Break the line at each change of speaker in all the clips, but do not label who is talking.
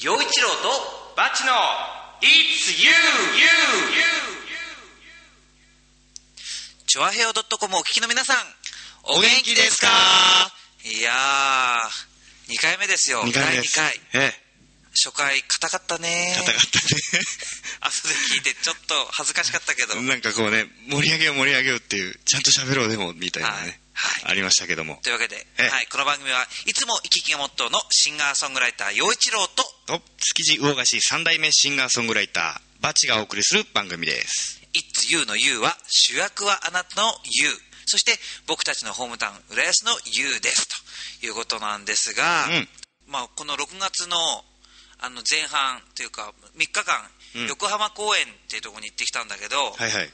陽一郎とバチの It's you, you, you. チョアヘオ .com をお聞きの皆さん、お元気ですかいやー、2回目ですよ。
2回目です。
第二回。
え
初回、硬かったね
え、硬かっ
後で聞いてちょっと恥ずかしかったけど
た。ね。 なんかこうね、盛り上げよう盛り上げようっていう、ちゃんと喋ろうでも、みたいなね、
はいは
ありましたけども。
というわけで、
ええ
はい、この番組はいつも生き生きがモットーのシンガーソングライター陽一郎と
お築地魚菓子三代目シンガーソングライター、バチがお送りする番組です。
「It's You」の「You」は主役はあなたの「You」そして僕たちのホームタウン浦安の「You」ですということなんですが、
うん
まあ、この6月のあの前半というか3日間、
うん
横浜公園っていうところに行ってきたんだけど、
はいはい。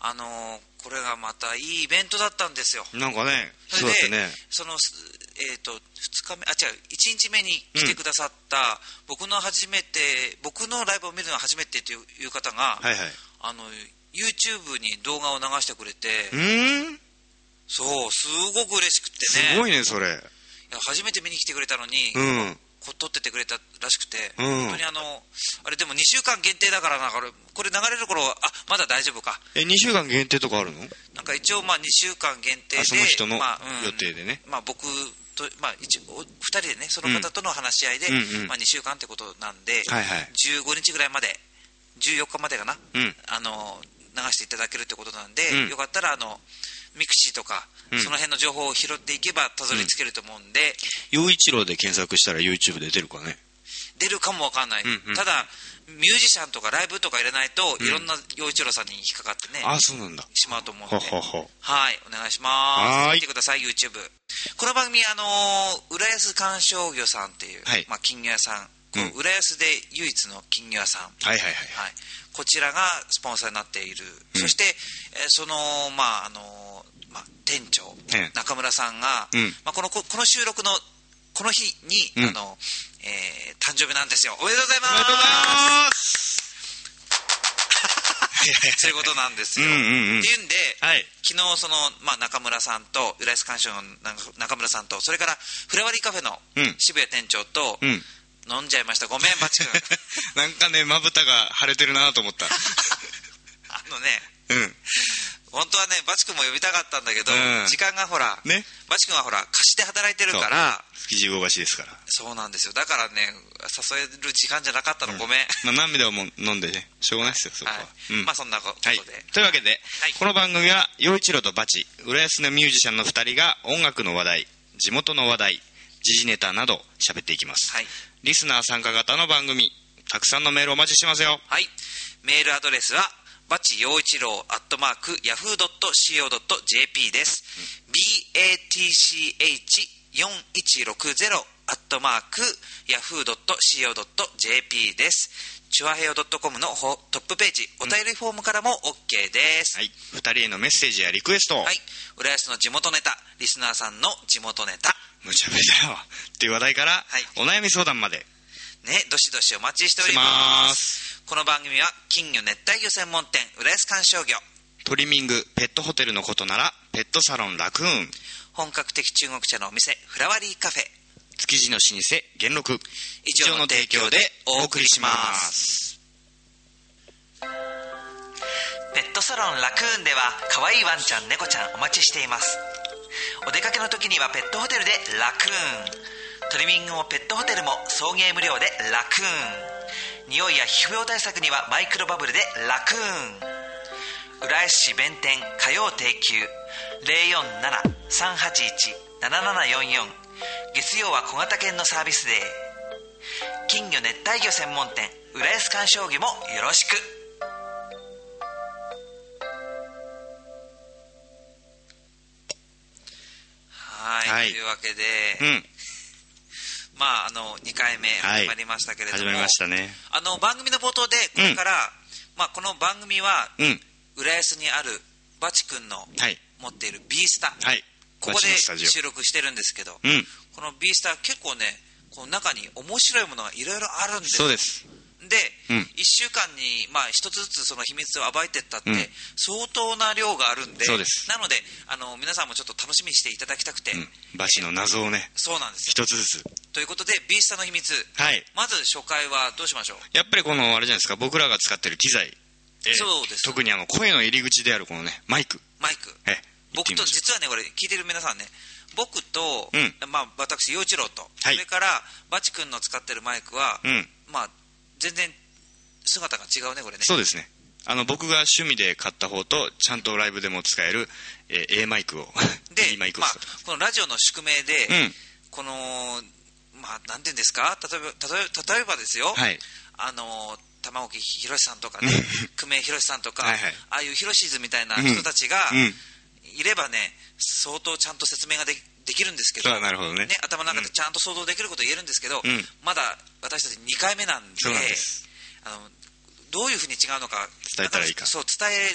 あのーこれがまたいいイベントだったんですよ。
なんかね、
そ
そう
れ
だっ
で
たね。
そのすえー、と2日目あ違う1日目に来てくださった、僕の初めて僕のライブを見るのは初めてといういう方が、
はいはい。
あの YouTube に動画を流してくれて
うーん、
そうすごく嬉しくて
す
ね
ごいね、それ。
いや初めて見に来てくれたのに、
うん。
こう撮っててくれたらしくて、
うん
本当にあのあれでも2週間限定だからなこれこれ流れる頃はあまだ大丈夫か
え、2週間限定とかあるの
なんか一応まあ2週間限定で
あその人の
まあうん
予定でね
まあ、僕と、まあ、一応お2人でねその方との話し合いで、
うんうん
まあ、2週間ってことなんで、
はいはい
15日ぐらいまで14日までかな、
うん
あの流していただけるってことなんで、
うん
よかったらあのミクシーとか、
うん
その辺の情報を拾っていけばたどり着けると思うんで、
陽一郎で検索したら YouTube で出るかね。
出るかもわかんない、
うんうん
ただミュージシャンとかライブとか入れないと、いろんな陽一郎さんに引っかかってね
あ、そうなんだ。
しまうと思うんで
ほほほ。
はい、お願いします。
はーい
見てください、YouTube。この番組、あのー浦安観賞魚さんっていう、
はい
まあ、金魚屋さん、こ
う
う
ん
浦安で唯一の金魚屋さん、
はいはいはい。
はい、こちらがスポンサーになっている、そして、えーその、まあ、あのーまあ、店長、
ええ
中村さんが、
うん
まあ、この、ここの収録の、この日に、
うん
あの、えー誕生日なんですよ。おめでとうございま
ありがとうござ
す
います
そういうことなんですよ。
うんうんうん
っていうんで、
はい。
昨日その、まあ、中村さんと浦安鑑賞の中中村さんとそれからフラワリーカフェの
うん
渋谷店長と、
うん。
飲んじゃいましたごめんバチ 君
なんかね、まぶたが腫れてるなと思 った。
あのね
う
本当はねバチ君も呼びたかったんだけど、
うん
時間がほら、
ん。ね。
バチ君はほら貸しで働いてるから
築地魚菓子ですから。
そうなんですよだからね誘える時間じゃなかったの、ごめん、
まあ、涙をも飲んでね、しょうがないですよ、そこは。
はい
うん
まあそんなことで、
はい。というわけで、
はい
この番組は、陽一郎とバチ、浦安のミュージシャンの2人が音楽の話題、地元の話題、時事ネタなど喋っていきます。
はい
リスナー参加型の番組、たくさんのメールお待ちしてますよ。
はい。メールアドレスは、バチ陽一郎アットマーク、ヤフー .co.jp です。batch4160 アットマーク、ヤフー .co.jp です。チュアヘオ .com のほトップページ、お便りフォームからも OK です。
はい。2人へのメッセージやリクエスト、
はい。浦安の地元ネタ、リスナーさんの地元ネタ、
無茶ぶりだよ。っていう話題から、
はい
お悩み相談まで。
ね、どしどしお待ちしており
しま
ます。
ー
この番組は、金魚熱帯魚専門店、浦安観賞魚。
トリミング、ペットホテルのことなら、ペットサロンラクーン、
本格的中国茶のお店フラワリーカフェ
築地の老舗、元禄。
以上の提供でお送りしますペットサロンラクーンでは可愛いワンちゃん猫ちゃんお待ちしていますお出かけの時にはペットホテルでラクーントリミングもペットホテルも送迎無料でラクーン匂いや皮膚病対策にはマイクロバブルでラクーン浦安市弁天火曜定休047-381-7744月曜は小型犬のサービスデー金魚熱帯魚専門店浦安鑑賞魚もよろしくはい、
はい
というわけで、
うん、
まああの2回目
は
始
い
まりましたけれども、
始まりましたね。
あの番組の冒頭でこれから、まあ、この番組は
うん、
浦安にあるバチ君の
はい、
持っている B スタ、
はい。
ここ
バチのスタ
で
ジオ
収録してるんですけど、
うん、
この B スター結構ねこの中に面白いものがいろいろあるんです
そうです。
で、
うん
1週間に、まあ、1つずつその秘密を暴いてったって、
うん
相当な量があるんで
そうです
なのであの皆さんもちょっと楽しみにしていただきたくて、
うん、バチの謎をね
そうなんですよ
一つずつ
ということで B スタの秘密
はい
まず初回はどうしましょう
やっぱりこのあれじゃないですか僕らが使ってる機材え
そうです
特にあの声の入り口であるこのねマイク
マイク
え行っ
僕
てみ
と
ましょ
実はねこれ聞いてる皆さんね僕と、
うん
まあ、私陽一郎と、
はい
それからバチ君の使ってるマイクは、
ううん
まあ全然姿が違うねこれね
そうですねあの僕が趣味で買った方とちゃんとライブでも使える、えー A マイクを
で
B マイクを
まあ
使って、、
このラジオの宿命で、
うん
このまあなんていうんですか例えば例えば例えばですよ、
はい
あの玉置宏さんとかね久米宏さんとか
はいは
ああ
い
いう広志図みたいな人たちが
うん
いればね相当ちゃんと説明ができできるんですけど
あなるほどね
頭の中でちゃんと想像できること言えるんですけど、
うん
まだ私たち2回目なんで
そうなんです
あのどういうふうに違うのか
伝えたらいいか
そう伝え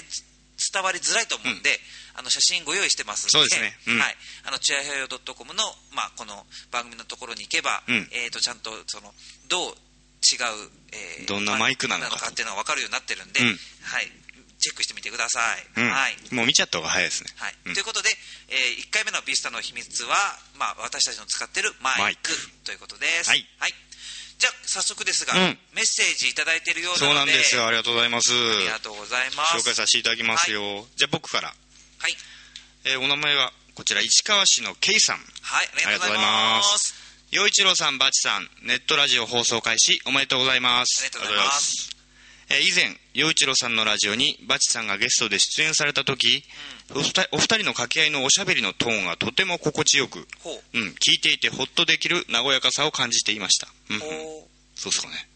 伝わりづらいと思うんで、あの写真ご用意してます
そ
の
う
で
ですねうん
はい、あのチュアヘヨドットコムの、まあ、この番組のところに行けば、
うん
えー、とちゃんとそのどう違う、えー
どんなマイクなのか
マっていうのが分かるようになってるんで、
うん
はい、チェックしてみてください。
うん
はい
もう見ちゃった方が早いですね、
はい
うん
ということで、え1回目の「ビスタの秘密は」まあ、私たちの使ってるマ
マ
イ
イ
ク
ク
ということです、
はい
じゃあ早速ですが、
うん
メッセージ頂いただいてるよう
そう
な
な
の
ん
で
ですよ
あ
ありがとうございます
りがとうございます
紹介させていただきますよ、じゃあ僕から、
はい、
えーお名前はこちら市川市の K さん
はい、ありがとうございます
陽一郎さんバチさんネットラジオ放送開始おめでとうございます
ありがとうございます
ありがとうございますえー以前陽一郎さんのラジオにバチさんがゲストで出演された時、お二お二人の掛け合いのおしゃべりのトーンがとても心地よく、
ほ
うん、聞いていてホッとできる和やかさを感じていました、うんう
うんほ
そうっすかね、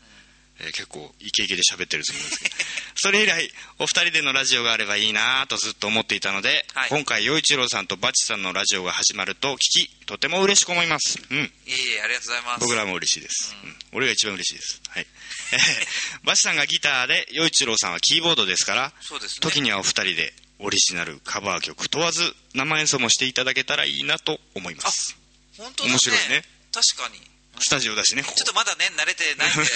えー結構イケイケで喋ってるつもりですけど それ以来お二人でのラジオがあればいいなぁとずっと思っていたので、
はい
今回陽一郎さんとバチさんのラジオが始まると聞きとても嬉しく思います、うん、
ういえいえありがとうございます
僕らも嬉しいです、うん俺が一番嬉しいですはい えーバチさんがギターで陽一郎さんはキーボードですから
そうですね
時にはお二人でオリジナルカバー曲問わず生演奏もしていただけたらいいなと思います
本当だね
面白いですね
確かに
スタジオだしねここ
ちょっとまだね慣れて ないんで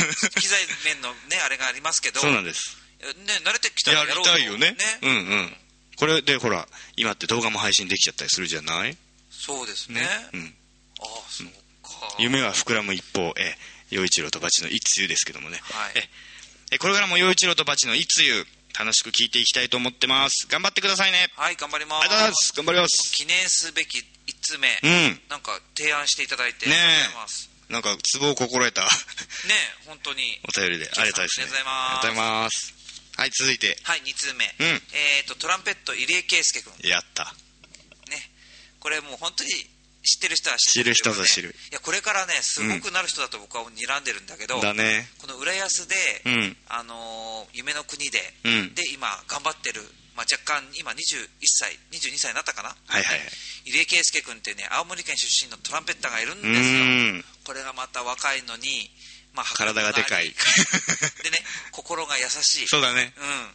機材面のねあれがありますけど
そうなんです
ね慣れてきたら
や
や
り
ろう
たいよねうん
ね
うんこれでほら今って動画も配信できちゃったりするじゃない
そうですね
うん、
ああそうか
夢は膨らむ一方え陽一郎とバチの一通ですけどもね、
はい
ええこれからも陽一郎とバチの一通楽しく聞いていきたいと思ってます頑張ってくださいね
はい、頑張りま
あ
す。
りがとうございます頑張ります
記念すべき1通目、
うん
なんか提案していただいて、
ねえ
ありがとうございます。
なんかツボを心得た
ねえ、本当に。
お便りでありがたいです
ありがとう
ね
ございます
ありがとうございますはい続いて
はい、2通目。
ん
えっ、と、トランペット、入江圭介君。
やった
ね。これもう本当に知ってる人は知って
知る人ぞ知る
いや、これからね、すごくなる人だと僕は睨んでるんだけど、
だね
この浦安で、
うん
あのー夢の国で、
うん
で、今、頑張ってる、まあ、若干、今21歳、22歳になったかな。
はいはいはい
入江圭介君っていうね、青森県出身のトランペッターがいるんです
う
よ。
ーん
これがまた若いのに、まあ、
体がで かい
でね心が優しい
そうだね
うん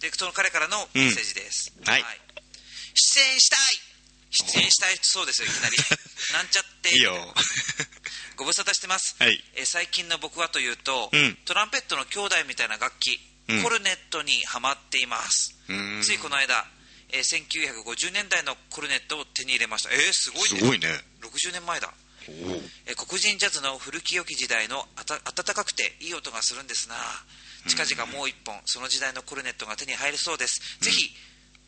でその彼からのメッセージです、
うんはい
出演したい出演したいそうですよいきな りなんちゃって
いいよ
ご無沙汰してます、
はい
え最近の僕はというと、
うん
トランペットの兄弟みたいな楽器、
うん
コルネットにはまっています
うーん
ついこの間、えー1950年代のコルネットを手に入れましたえー、すごい
す
ね
ごいね
60年前だ
おー
えー黒人ジャズの古き良き時代のあた温かくていい音がするんですな近々もう一本その時代のコルネットが手に入るそうです、ぜひ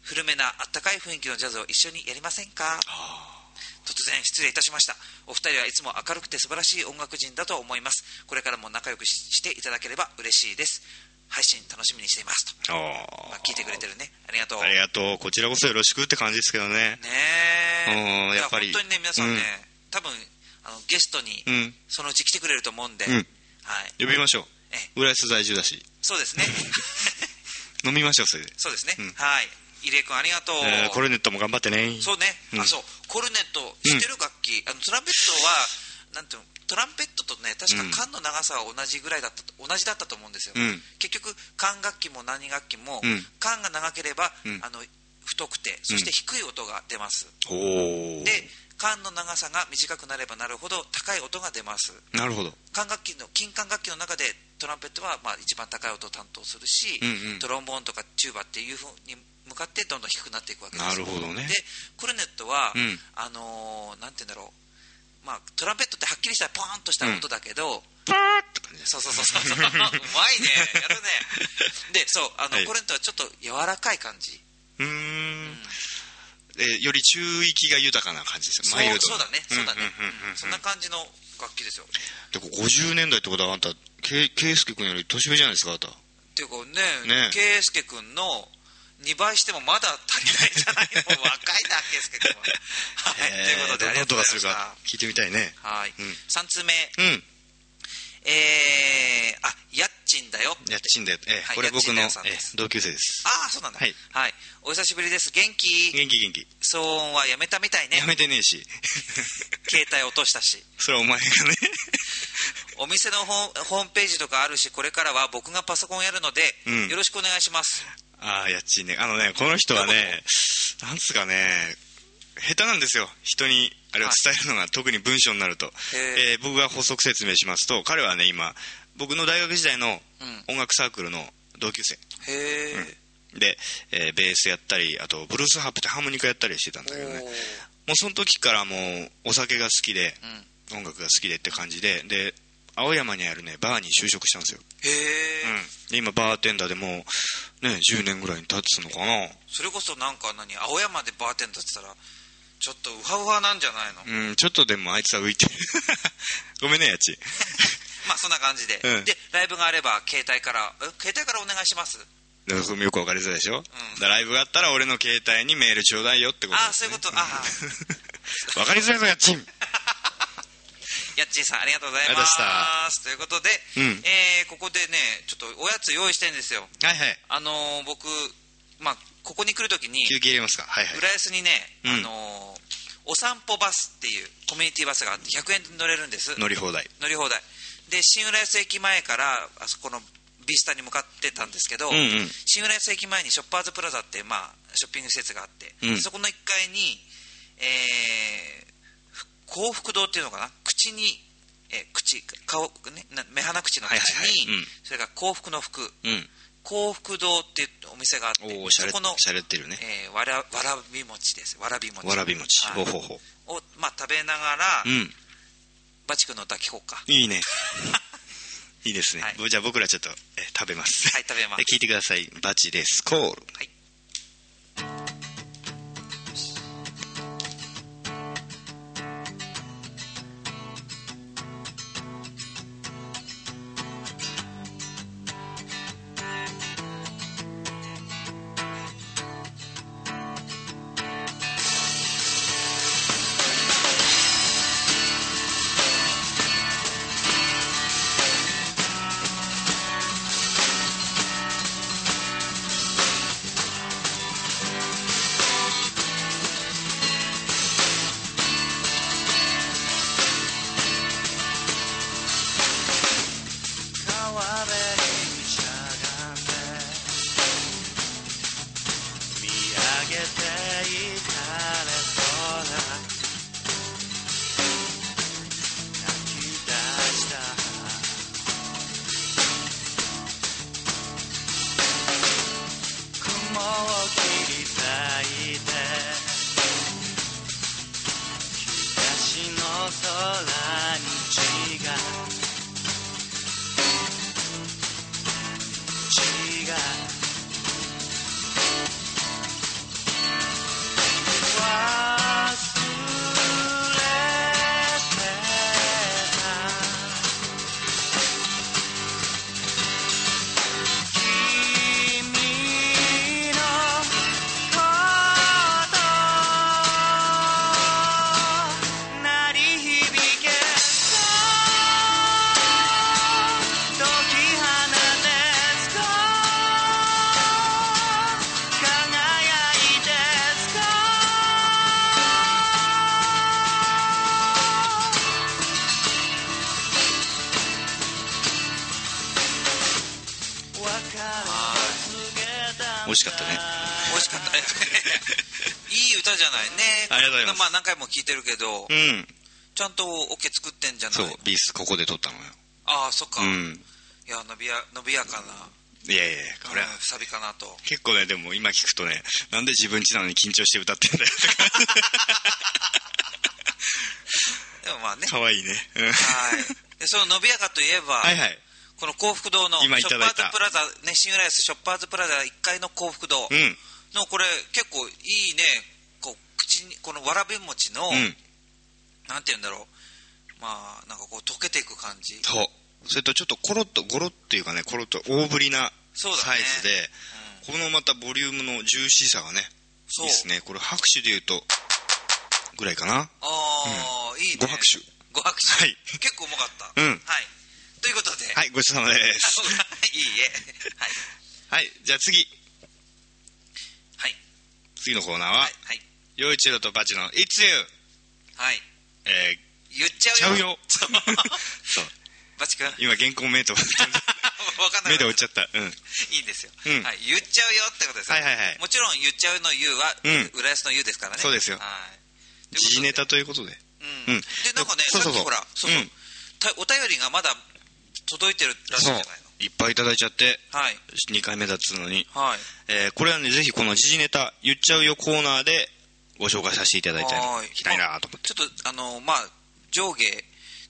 古めな温かい雰囲気のジャズを一緒にやりませんか突然失礼いたしましたお二人はいつも明るくて素晴らしい音楽人だと思いますこれからも仲良くししていただければ嬉しいです配信楽しみにしていますと、
あー
まあ、聞いてくれてるねありがとう
ありがとうこちらこそよろしくって感じですけどね
ね
う
え
んやっぱり
い本当にね皆さんね、
うん
多分あのゲストに
うん
そのうち来てくれると思うんで、
ん
はい
呼びましょ
え
う浦安在住だし
そうですね
飲みましょうそれで、
そうですね、
うん
はい入江君ありがとう、
えーコルネットも頑張ってね
そうね、
うん
あそうコルネット知ってる楽器、あのトランペットはなんていうのトランペットとね確
うん
か管の長さは同じぐらいだったと同じだったと思うんですよ、
うん
結局管楽器も何楽器も、
うん
管が長ければ、
ん
あの太くてそして低い音が出ます、
おお
で管の長さが短くなればなるほど高い音が出ます
なるほど
管楽器の金管楽器の中でトランペットはまあ一番高い音を担当するし、
うんうん
トロンボーンとかチューバっていうふうに向かってどんどん低くなっていくわけです
なるほどね
でクルネットは、
うん
あのーなんて言うんだろう、まあ、トランペットってはっきりしたポーンとした音だけど、
パーって感じです
そうそうそうそううまいねやるねでそうあの、
はい
コルネットはちょっと柔らかい感じ
うーん、えーより中域が豊かな感じです
そ
よ
う
マイルド
そうだねそうだね、
んうんうんうん
そんな感じの楽器ですよ
でこ50年代ってことはあんたけ圭佑君より年上じゃないですかあなた
っていうかね
ね
圭佑、君の2倍してもまだ足りないじゃないの若いな圭佑 君ははい、ということで
えー
あり
どんな
がと
音
うご
が
ざ
す
いまし
る
た
か聞いてみたいね
はい、
うん
3通目
うん
えー、あ家賃だよ
家賃だよ、えー
はい
これ僕の、
家賃だ
え
よさんです
ー同級生です
ああそうなんだ
はい、
お久しぶりです元気
元気元気
騒音はやめたみたいね
やめてねえし
携帯落としたし
それはお前がね
お店のホーホームページとかあるしこれからは僕がパソコンやるので、
うん
よろしくお願いします
ああ家賃ねあのねこの人はねなんつうかね下手なんですよ人にあれを伝えるのが、特に文章になると、
へ
えー僕が補足説明しますと彼はね今僕の大学時代の音楽サークルの同級生
へえ、
で、えーベースやったりあとブルースハープってハーモニカやったりしてたんだけど
お
ね
ー
もうその時からもうお酒が好きで
うん、
音楽が好きでって感じでで青山にあるねバーに就職したんですよ
へえ、
で今バーテンダーでもうね10年ぐらいに経つのかな
それこそなんか何青山でバーテンだって言ったらちょっとウハウハなんじゃないの、
うんちょっとでもあいつは浮いてる ごめんね やち
まあそんな感じで、
うん
でライブがあれば携帯からえ携帯からお願いします
だからよく分かりづらいでしょ、だからライブがあったら俺の携帯にメールちょうだいよってこと
ああ
で
そ
す
うい
ね
うことああ
分かりづらいぞやちん
やっちーさんありがとうござい
ありがとうござい
ま
まし
すということで、
うん
えーここでねちょっとおやつ用意してんですよ
はいはい
あのー僕まあここに来るときに
休憩入れますかはいはい
浦安にね、
う
あ
ん
のーお散歩バスっていうコミュニティバスがあって100円で乗れるんです
乗り放題
乗り放題で新浦安駅前からあそこのビスタに向かってたんですけど、
うんうん
新浦安駅前にショッパーズプラザって、まあ、ショッピング施設があって、
うん
そこの1階に、えーふ幸福堂っていうのかな口に、えー口顔、ね、な目鼻口の口
はい
に、
はいはいうん
それから幸福の服
うん
幸福堂っていうお店があって
おおしゃ
そ
れ
この
しゃれってるね
えーわらわらび餅ですわらび餅
わらび餅
はい
ほうほうほう
を、まあ、食べながら、
うん
バチ君の抱きこうか
い いねいいですね、
はい
ぼじゃあ僕らちょっと、え食べます
はい食べます
で聞いてくださいバチですコール
川辺にしゃがんで見上げていかれそうな泣き出した雲を切り裂いて東の空に血が血が忘れてた君のこと鳴り響け解き放てすこ輝く輝いてすこ別れを告げた
美味しかったね
美味しかったい い歌じゃないね
ありがとうございます
まあ何回も聴いてるけど
うん
ちゃんとオケ作ってんじゃな
そう
い
ビースここで撮ったのよ
ああそっか
うん
いや伸びや伸びやかな、
いやいやいやこれは
うんサビかなと
結構ねでも今聞くとねなんで自分家なのに緊張して歌ってんだよとか
でもまあね
かわいいね、うん
はいでその伸びやかといえば、
はいはい
この幸福堂のショ
今いた
ッパ
だい
ーズ
た
プラザ、ね、新浦安ショッパーズプラザ1階の幸福堂
うん
のこれ結構いいねこう口にこのわらび餅の、
うん
なんて言うんだろうまあなんかこう溶けていく感じ
そうそれとちょっとコロッとゴロっていうかねコロッと大ぶりなサ
そうだね
イズで、このまたボリュームのジューシーさがねい
そ
いうですねこれ拍手で言うとぐらいかな
ああ、いいね
ご拍手
ご拍手、
はい
結構うまかった
うん
はいということで、
はいごちそうさまで
あそ
す
う いいえはい
はいじゃあ次
はい
次のコーナーは
はい
陽一郎とバチの「いつゆ
はい」
えー
言っちゃ
ちゃ
う
う
よ
よ
そう
そう
バチ君わ
今原 稿目と
かんない
目で追っちゃったうん
いいんですよ、
うん
はい、言っちゃうよってことですね
はいはいはい
もちろん言っちゃうの言うは、
う
浦安の言うですからね
そうですよ
はいということで
時事ネタということで
うん、
うん
でなんかね
そうそ
さっ
うそう
きほらそうそう、
うん
たお便りがまだ届いてるらしいじゃないの
いっぱいいただいちゃって
はい
2回目だっつうのに、
はい
えーこれはねぜひこの時事ネタ言っちゃうよコーナーでご紹介させていただいた
はい
いきたいなと思って
ちょっとあのまあ上下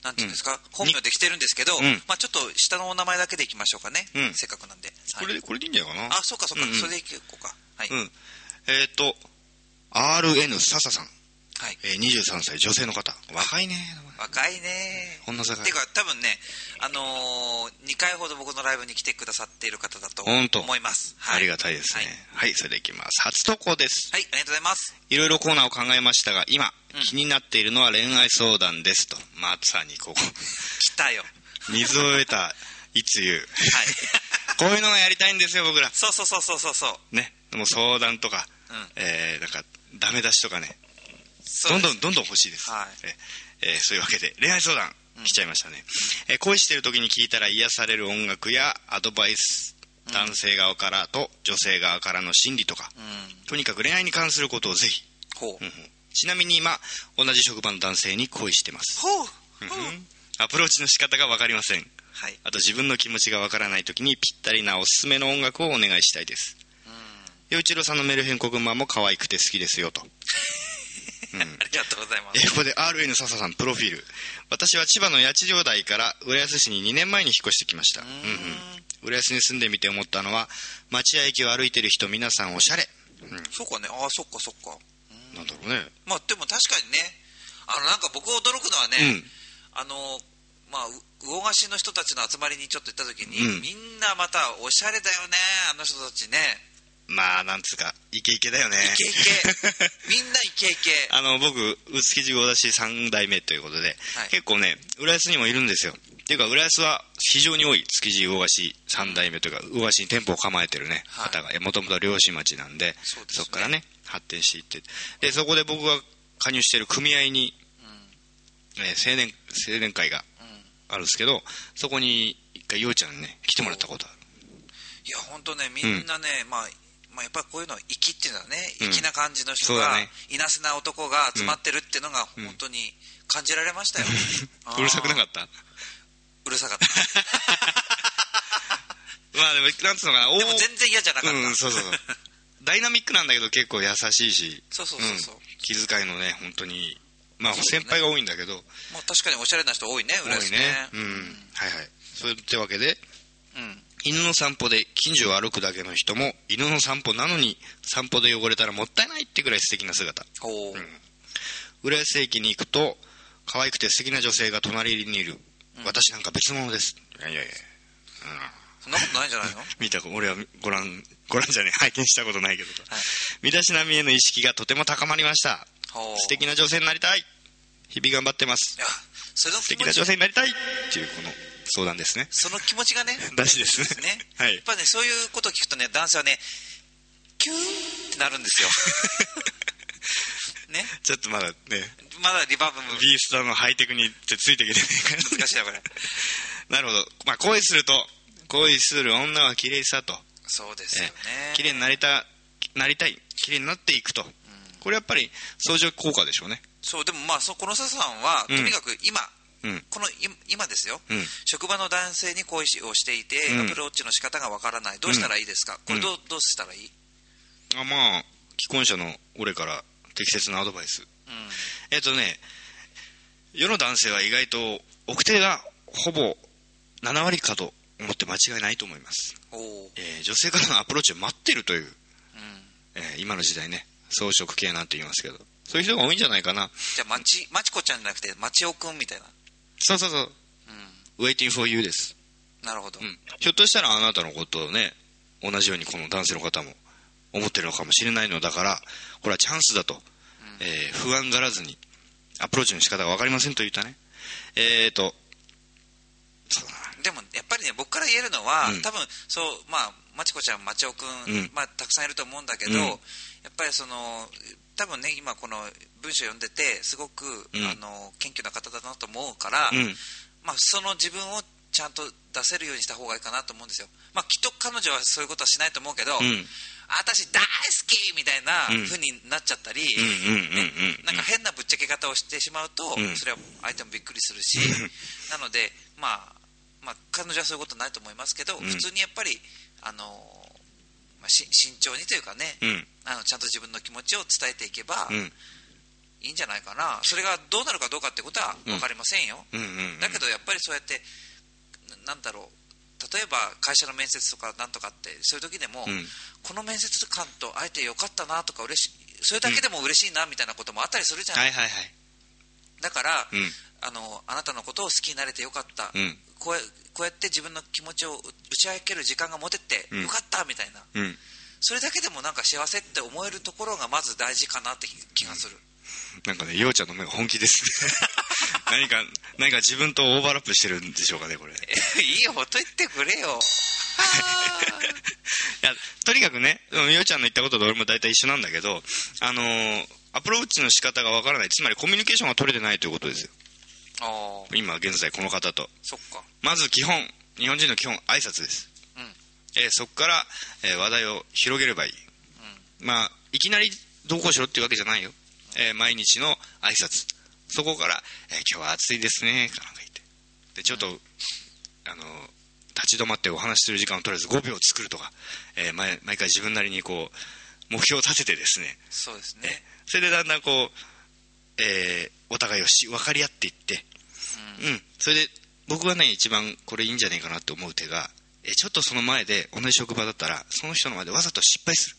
なんていうんですか、本名できてるんですけど、
うん
まあ、ちょっと下のお名前だけでいきましょうかね、
うん
せっかくなんで、はい
これでこれでいいんじゃないかな
あそうかそうか、
うんうん
それでいこうかはい、
うんえっ、と RN 笹さん、
はい、
えー23歳女性の方若いね
若いね
こんな坂
ていうか多分ね、あのー、2回ほど僕のライブに来てくださっている方だと
ほんと
思います、はい、
ありがたいですね
はい、
はい、それでいきます初投稿です
はい、ありがとうございます
いろいろコーナーを考えましたが今、気になっているのは恋愛相談ですとまさにここ
来たよ
水を得たいつゆ
はい
こういうのがやりたいんですよ僕ら
そうそうそうそうそうそう
ね、もう相談とか、
うん
えーなんかダメ出しとかね
そう
どんど
ん
んどんどん欲しいです、
はい
えーえーそういうわけで恋愛相談来ちゃいましたね、えー恋してる時に聞いたら癒される音楽やアドバイス男性側からと女性側からの心理とか、
うん
とにかく恋愛に関することをぜひ、
ほう、
うんうんちなみに今同じ職場の男性に恋してます、
ほう
うんう
ほうん
アプローチの仕方が分かりません
はい
あと自分の気持ちがわからない時にぴったりなおすすめの音楽をお願いしたいです陽一郎さんのメール変更群馬も可愛くて好きですよと
ありがとうございま
え
す
ここで RN 笹さんプロフィール私は千葉の八千代台から浦安市に2年前に引っ越してきましたうんうん浦安に住んでみて思ったのは町や駅を歩いてる人皆さんおしゃれ
そうかねああそっかそっか
なんだろうね
まあでも確かにねあのなんか僕驚くのはね、あのまあう魚河岸の人たちの集まりにちょっと行った時に、
うん
みんなまたおしゃれだよねあの人たちね
まあなんつうかイケイケだよね
イケイケ みんなイケイケ
あの僕臼杵地郷だし3代目ということで、
はい
結構ね浦安にもいるんですよっていうか浦安は非常に多い築地魚河岸3代目というか魚河岸に店舗を構えてるね、
はい
方がもともと漁師町なんで
そうですね
っからね発展していってでそこで僕が加入してる組合に、えー青年青年会があるんですけどそこに一回ようちゃんにね来てもらったことある
いや本当ねみんなね、まあまあ、やっぱりこういうのは粋っていうのはね
うん
粋な感じの人
そう
が、
だね
いなせな男が集まってるっていうのが本当に感じられましたよ、あー
うるさくなかった
うるさかっ た
まあでもなんつうのかな
でも全然嫌じゃなかった、
うんそ うそうそうダイナミックなんだけど結構優しいし
そうそうそうそう、
ん気遣いのね本当にまあ
うだね
先輩が多いんだけど
もう確かにおしゃれな人多いね
多い
浦安ね
ねうんはいはいそういうってわけで
うん
犬の散歩で近所を歩くだけの人も犬の散歩なのに散歩で汚れたらもったいないってぐらい素敵な姿
ほう、
ん浦安駅に行くと可愛くて素敵な女性が隣にいる、私なんか別物ですいやいやいや
そんなことないんじゃないの
見たこ俺はご覧ご覧じゃねえ拝見したことないけど、身だしなみへの意識がとても高まりました
ほう
素敵な女性になりたい日々頑張ってます
いやその気
素敵
持
な
ち
女性になりたいっていうこの相談ですね
その気持ちがね
大事ですね
大ね
はい
やっぱねそういうことを聞くとね男性はねキューンってなるんですよね
ちょっとまだね
まだリバーブも
B スタのハイテクにってついていけてないから
難しいなこれ
なるほど、まあ、恋すると恋する女は綺麗さと
そうですよね
えー綺麗になりたなりたい綺麗になっていくと、これやっぱり相乗効果でしょうね
そうでもまあそこの佐々さんは、
うん
とにかく今
うん
このい今ですよ、
うん
職場の男性に恋をしていて、
うん
アプローチの仕方がわからない、どうしたらいいですか、これどう、どうしたらいい、
あまあ既婚者の俺から適切なアドバイス
うん
えっとね世の男性は意外と奥手がほぼ7割かと思って間違いないと思います、
おー
えー女性からのアプローチを待ってるという、
うん
えー今の時代ね草食系なんて言いますけどそういう人が多いんじゃないかな
じゃあまちまちこちゃんじゃなくてまちおくんみたいな、
そうそうそう
う
「Waiting for you」です、
ん、なるほど、
うん、ひょっとしたらあなたのことをね同じようにこの男性の方も思ってるのかもしれないのだからこれはチャンスだと、えー不安がらずにアプローチの仕方が分かりませんと言ったねえーとそうだな
でもやっぱりね僕から言えるのは、
うん
多分そうまあまちこちゃんまちおくん、
うん
まあ、たくさんいると思うんだけど、
うん
やっぱりその多分ね今この文章読んでてすごく、
うん
あの謙虚な方だなと思うから、
うん
まあ、その自分をちゃんと出せるようにした方がいいかなと思うんですよ、まあ、きっと彼女はそういうことはしないと思うけど、
うん
あ私大好きみたいな
うん
風になっちゃったり、
うんうんうんうん
なんか変なぶっちゃけ方をしてしまうと、
うん
それは相手もびっくりするし、 なので、まあ、まあ、彼女はそういうことないと思いますけど、
ん
普通にやっぱり、あのまあ、し慎重にというかね、
うん
あの、ちゃんと自分の気持ちを伝えていけば
うん
いいんじゃないかな、それがどうなるかどうかってことは分かりませんよ。
うんうん
だけどやっぱりそうやって、ななんだろう、例えば会社の面接とかなんとかって、そういう時でも、
うん
この面接官と会えてよかったなとか、嬉しそれだけでも嬉しいなみたいなこともあったりするじゃない
はいはいはい
だから、
うん
あのあなたのことを好きになれてよかった、
うん
こうやこうやって自分の気持ちを打ち明ける時間が持てて
うん
よかったみたいな、
うん
それだけでもなんか幸せって思えるところがまず大事かなって気がする、
なんかねようちゃんの目が本気ですね 何か何か自分とオーバーラップしてるんでしょうかねこれい
いいよほっといてくれよ
やとにかくねうんようちゃんの言ったことと俺も大体一緒なんだけどあのーアプローチの仕方がわからないつまりコミュニケーションが取れてないということですよ
ああ
今現在この方と
そっか
まず基本日本人の基本挨拶です、
うん
えーそこから、えー話題を広げればいい、まあいきなりどうこうしろっていうわけじゃないよ、えー毎日の挨拶そこから、えー今日は暑いですね」かなんか言ってでちょっと、あのー立ち止まってお話しする時間をとりあえず5秒作るとか、えー毎毎回自分なりにこう目標を立ててですね
そうですね
それでだんだんこう、えーお互いをし分かり合っていって、うん、それで僕はね、一番これいいんじゃないかなって思う手が、えーちょっとその前で同じ職場だったら、その人の前でわざと失敗する。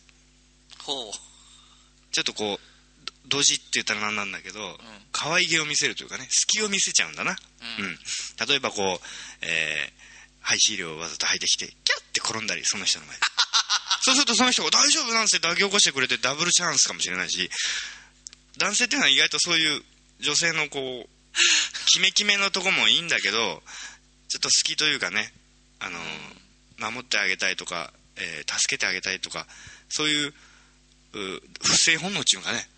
ほう
ちょっとこう、どドジって言ったらなんなんだけど、可愛げを見せるというかね、隙を見せちゃうんだな。うん。例えばこう、えー、排水量をわざと履いてきて、キャッて転んだり、その人の前 で。そうするとその人が大丈夫なんですって抱き起こしてくれてダブルチャンスかもしれないし、男性っていうのは意外とそういう女性のこう、キメキメのとこもいいんだけど、ちょっと好きというかね、あの守ってあげたいとか、えー助けてあげたいとか、そういう、う不正本能っていうのかね、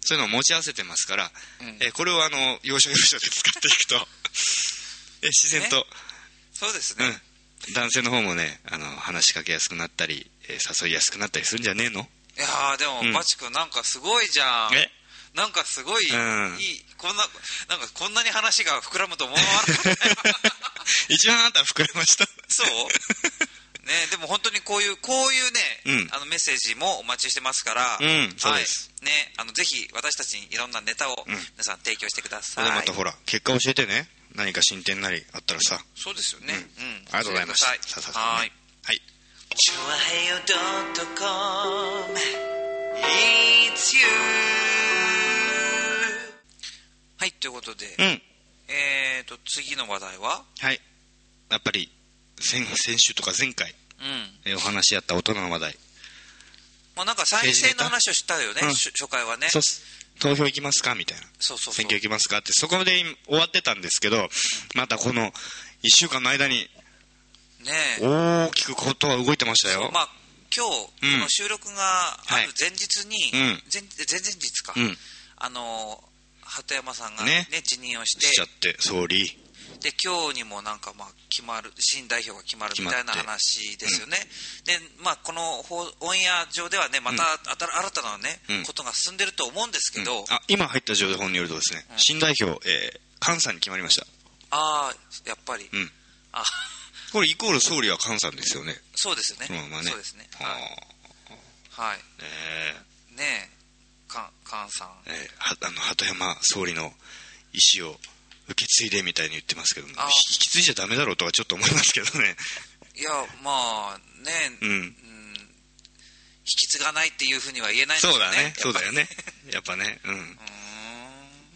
そういうのを持ち合わせてますから、
うん
えーこれをあの、要所要所で使っていくと、 え自然と、
そうですね、
うん、男性の方もね、あの、話しかけやすくなったり、えー誘いやすくなったりするんじゃねえの
いやーでも、
うん
バチ君なんかすごいじゃん
え
なんかすごい、
うん
いいこんななんかこんなに話が膨らむと思わな かったよ
一番あなたは膨らました。
そうね、でも本当にこういう、こういうね、
うん
あのメッセージもお待ちしてますから、
うんそうです
はい、ね、あのぜひ私たちにいろんなネタを皆さん提供してくだ
そ
さい。
れでまたほら、結果教えてね。何か進展なりあったらさ。
そうですよね。
う
うんん。
ありがとうございました
教えてください
さあさあさあね
はい。
はい。
チュアヘヨドットコム It's you
はい、ということで、
うん。
えーと、次の話題は
はい。やっぱり、先、先週とか前回、
うん。
えーお話し合った大人の話題。
まあなんか再生の話をしたよね、
うん
し初回はね。
そうっす投票行きますかみたいな。
そうそうそう
選挙行きますかって、そこで今終わってたんですけど、またこの1週間の間に
ねえ
大きくことは動いてましたよ。
まあ、今日、
うん
この収録がある前日に、
はいうん
前前々日か、
うん
あの鳩山さんが、ね
ね
辞任をし
しちゃってて、総理。
で今日にもなんかまあ決まる新代表が決まるみたいな
決まっ
話ですよね、でまあ、この放オンエア上ではねまた新た新たな、ね
うん
ことが進んでると思うんですけど、
あ今入った情報によるとですね、新代表、えー、菅さんに決まりました。
ああやっぱり、
うん
あ
これイコール総理は菅さんですよね
そうですね
そのままね
そうですね
はあ
はい、はい、
ねえ
ねえかんかんさん
えーはあの鳩山総理の意思を受け継いでみたいに言ってますけども
あー
ひ引き継いじゃダメだろうとはちょっと思いますけど ね
いやまあね
う
え、
ん
うん引き継がないっていうふうには言えないんです
そう
よ
だ
ね
ねそうだよ
やっ
ねやっぱねうん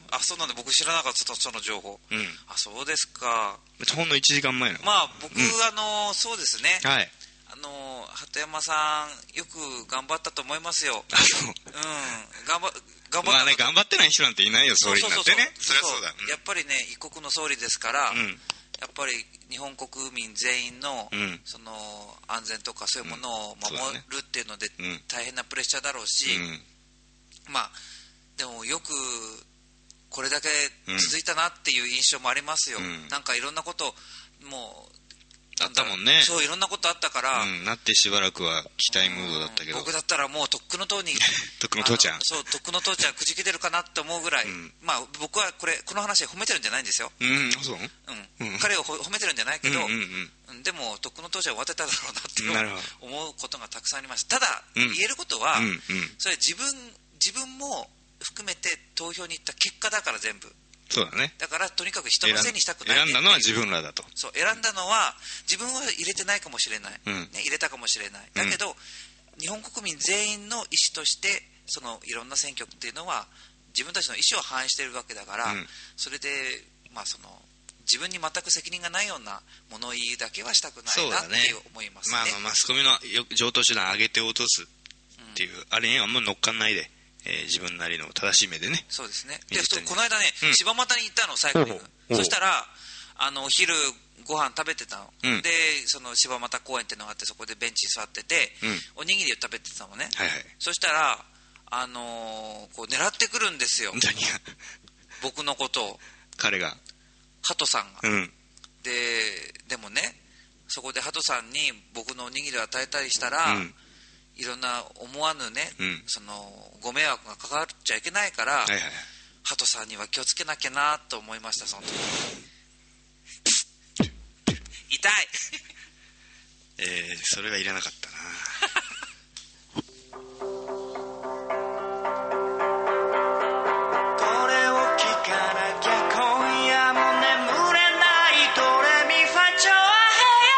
ぱうーんあそうなんだ僕知らなかったその情報
うん
あそうですか
ほんの1時間前の、
まあ僕、
うん
あのそうですね
はい
あの鳩山さんよく頑張ったと思いますよ
あそう
うん頑張頑張った
まあね頑張ってない人なんていないよ総理になってねそ
そう
り
そうそう
ゃそうだ
やっぱりね一国の総理ですから、
うん
やっぱり日本国民全員の,、
うん
その安全とかそういうものを
うんそ
守
うだね
るっていうので
うん
大変なプレッシャーだろうし、
うんうん
まあでもよくこれだけ続いたなっていう印象もありますよ、
うん
なんかいろんなこともう
あったもんね
そういろんなことあったから、
うんなってしばらくは期待ムードだったけど
僕だったらもうとっくの とうに
とっくの父ちゃん
あのそうとっくの父ちゃんくじけてるかなって思うぐらい、
うん
まあ僕はこれこの話褒めてるんじゃないんですよ、
うんそう
うん
うん
彼をほ褒めてるんじゃないけ
うんう
ど、
ん
うん
うん
でもとっくの父ちゃん終わってただろうなって
なるほ
思うことがたくさんありますただ、
うん
言えることは、
うんうん
それは自分自分も含めて投票に行った結果だから全部
そうだね
だからとにかく人
選ん
のせいにしたくないね
選んだのは自分らだと
そう選んだのは自分は入れてないかもしれない、
うん
ね、入れたかもしれないだけど、日本国民全員の意思としてそのいろんな選挙っていうのは自分たちの意思を反映しているわけだから、
うん
それで、まあ、その自分に全く責任がないような物言いだけはしたくな
そ
いうな
だ
って
ね
思いますね
まあまあマスコミのよ上等手段上げて落とすっていう、あれにはもう乗っかんないで、えー自分なりの正しい目でね
そうですねで
水
ふと
谷
この間ね、
うん
柴又に行ったのサイクリン
ほう
グ
ほう
そしたらあのお昼ご飯食べてたの、
うん
でその柴又公園っていうのがあってそこでベンチに座ってて、おにぎりを食べてたのね、
はいは
そしたら、あのーこう狙ってくるんですよ
い、何が
僕のことを、
彼が
ハトさんが。
うん
で、でもね、そこでハトさんに僕のおにぎりを与えたりしたら、
うん
いろんな思わぬね、
うん
そのご迷惑がかかっちゃいけないから、
はいはいはい
ハトさんには気をつけなきゃなと思いました、その時痛い
えー、それはいらなかったな
これを聞かなきゃ今夜も眠れないドレミファチョアヘ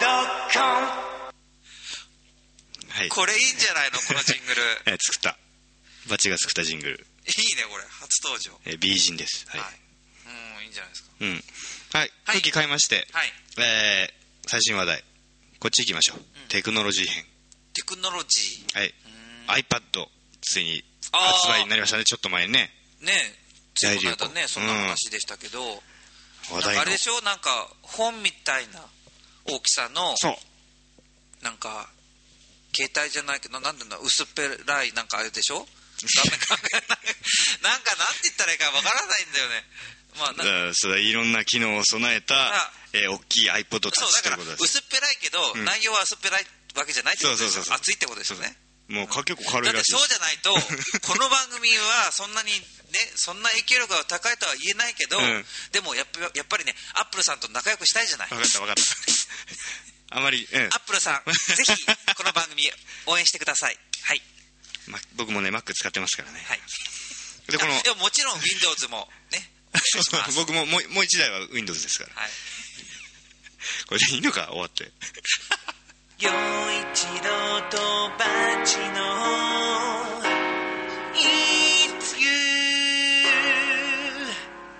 ヨドッコン
はい
これいいんじゃないの、このジングル。
えー作ったバチが作ったジングル、
いいね、これ、初登場。
えー、美人ですはい、
はい、うん、いいんじゃないですか。
うんはい
はい
空気変えまして、
はい
えー最新話題こっち行きましょう、テクノロジー編
テクノロジ
はい
ー
iPad ついに
あー
発売になりましたねちょっと前にね
ねついこの
大流行
間ねそんな話でしたけど、
話
なん
題
か
の
あれでしょなんか本みたいな大きさの
そう
なんか携帯じゃないけどなんていうの薄っぺらいなんかあれでしょダメ考え ないなんかなんて言ったらいいかわからないんだよねまあなんか
うんそうだいろんな機能を備えた
あ、
えー大きい iPod タッ
そう
チとい
だ
う
か
こ
ら
とで
薄
す
っぺらいけど、
うん
内容は薄っぺらいわけじゃないってことです
そう
よ
そうそうそう
熱いってことですよね
もうか結構軽
だ
い
っ
ら
て
しいで
そう
す
じゃないと この番組はそんなにねそんな影響力が高いとは言えないけど、
うん
でもやっぱやっぱりねアップルさんと仲良くしたいじゃない
分かった分かった あまり、うん
アップルさんぜひこの番組応援してくださいはい
ま、僕もね Mac 使ってますからね
はい
でこの
あでももちろん Windows もね
僕ももうもう一台は Windows ですから
はい
これでいいのか終わって
よ一度とばちの It's you フ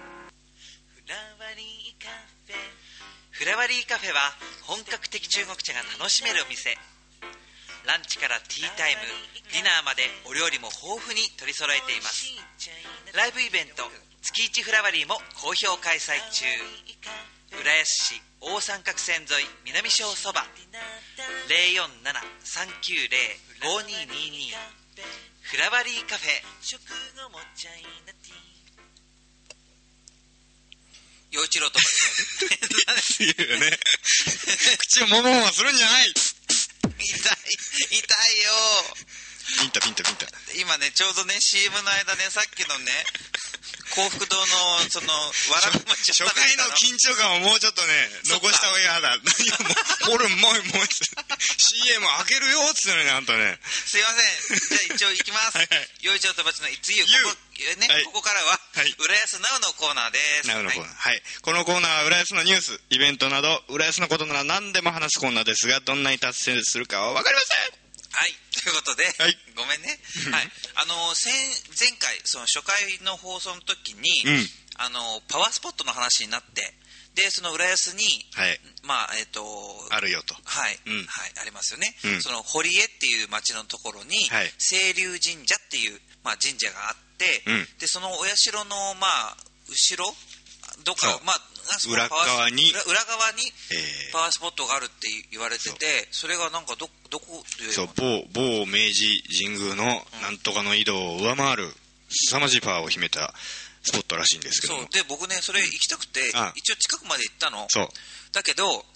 ラワリーカフェフラワリーカフェは本格的中国茶が楽しめるお店ランチからティータイムディナーまでお料理も豊富に取り揃えていますライブイベント月一フラワリーも好評開催中浦安市大三角線沿い南小そば0473905222フラワリーカフェ食後もチャイナティー
陽一郎とかですね
っていうね口をもももするんじゃない
痛い痛いよ
ピンタピンタピンタ
今ねちょうどね CM の間ねさっきのね幸福堂の、その、わら
初
び餅
初
を食べ
回
て
の
たの。
緊張感をもうちょっとね
そっか
残した方がいいはだ何をもう俺もうもう CM 開けるよっつうのにあんたね
すいません。じゃあ一応行きます。
はいはい
よいちょうとばちのいつゆ、
ゆう
ここ、ねここ
はい、
からは
はい、
浦安ナウのコーナーです。
なるほど。
はい
はい。このコーナーは、浦安のニュース、イベントなど、浦安のことなら何でも話すコーナーですが、どんなに達成するかは分かりません
はい、ということで、
はい
ごめんね、はい、あの先前回その初回の放送の時に、
うん
あのパワースポットの話になってでその浦安に、
はい
まあえっ、と
あるよと。
はい、
うん
はい、ありますよね、
うん
その堀江っていう町のところに、
はい
清流神社っていう、まあ、神社があって、
うん
でそのお社の、まあ、後ろどっ
そ
か
う、
まあ、その
裏
パワース
側に
裏裏側に
え
パワースポットがあるって言われててそれがなんかどどこっていう
ー、そう
の、
某、某明治神宮のなんとかの井戸を上回る、凄まじいパワーを秘めたスポットらしいんですけど
そう
も。
で僕ねそれ行きたくて、
ああ
一応近くまで行ったの
そう。
だけど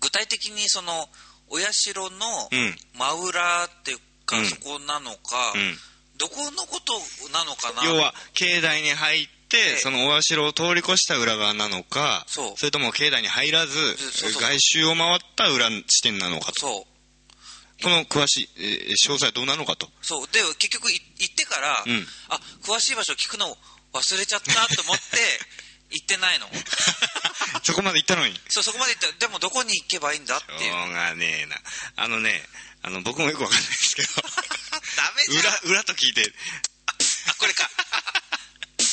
具体的にそのお社の
うん
真裏っていうか、
うん
そこなのか、
うん
どこのことなのかな
要は、境内に入って、
え
そのお社を通り越した裏側なのか、
そう
れとも境内に入らず
そうそ、う
外周を回った裏地点なのかと。
そう
この詳しい、えー詳細はどうなのかと。
そうで結局い行ってから、
うん
あ詳しい場所聞くの忘れちゃったと思って 行ってないの
そこまで行ったのに。
そうそこまで行ったでもどこに行けばいいんだっていう
しょうがねえな。あのね、あの、僕もよくわかんないです けど、
ダメじゃん
裏、裏と聞いて、
あこれか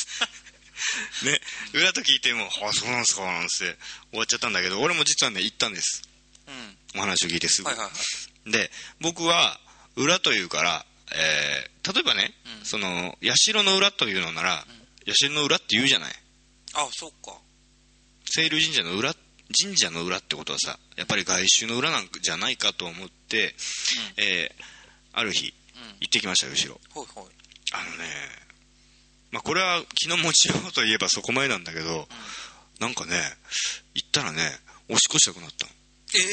ね、裏と聞いても、あ、そうなんすか、なんつって、終わっちゃったんだけど、俺も実はね、行ったんです。
うん
お話を聞いてすぐ。
はいはいはい
で、僕は、裏というから、えー例えばね、その、社の裏というのなら、社の裏って言うじゃない。
あそうか
清流神社の裏神社の裏ってことはさやっぱり外周の裏なんじゃないかと思って、えーある日、
ん
行ってきましたよ後ろ
ほいほい
あのねまあこれは気の持ちようといえばそこまでなんだけど、なんかね行ったらねおしっこしたくなったの
ええ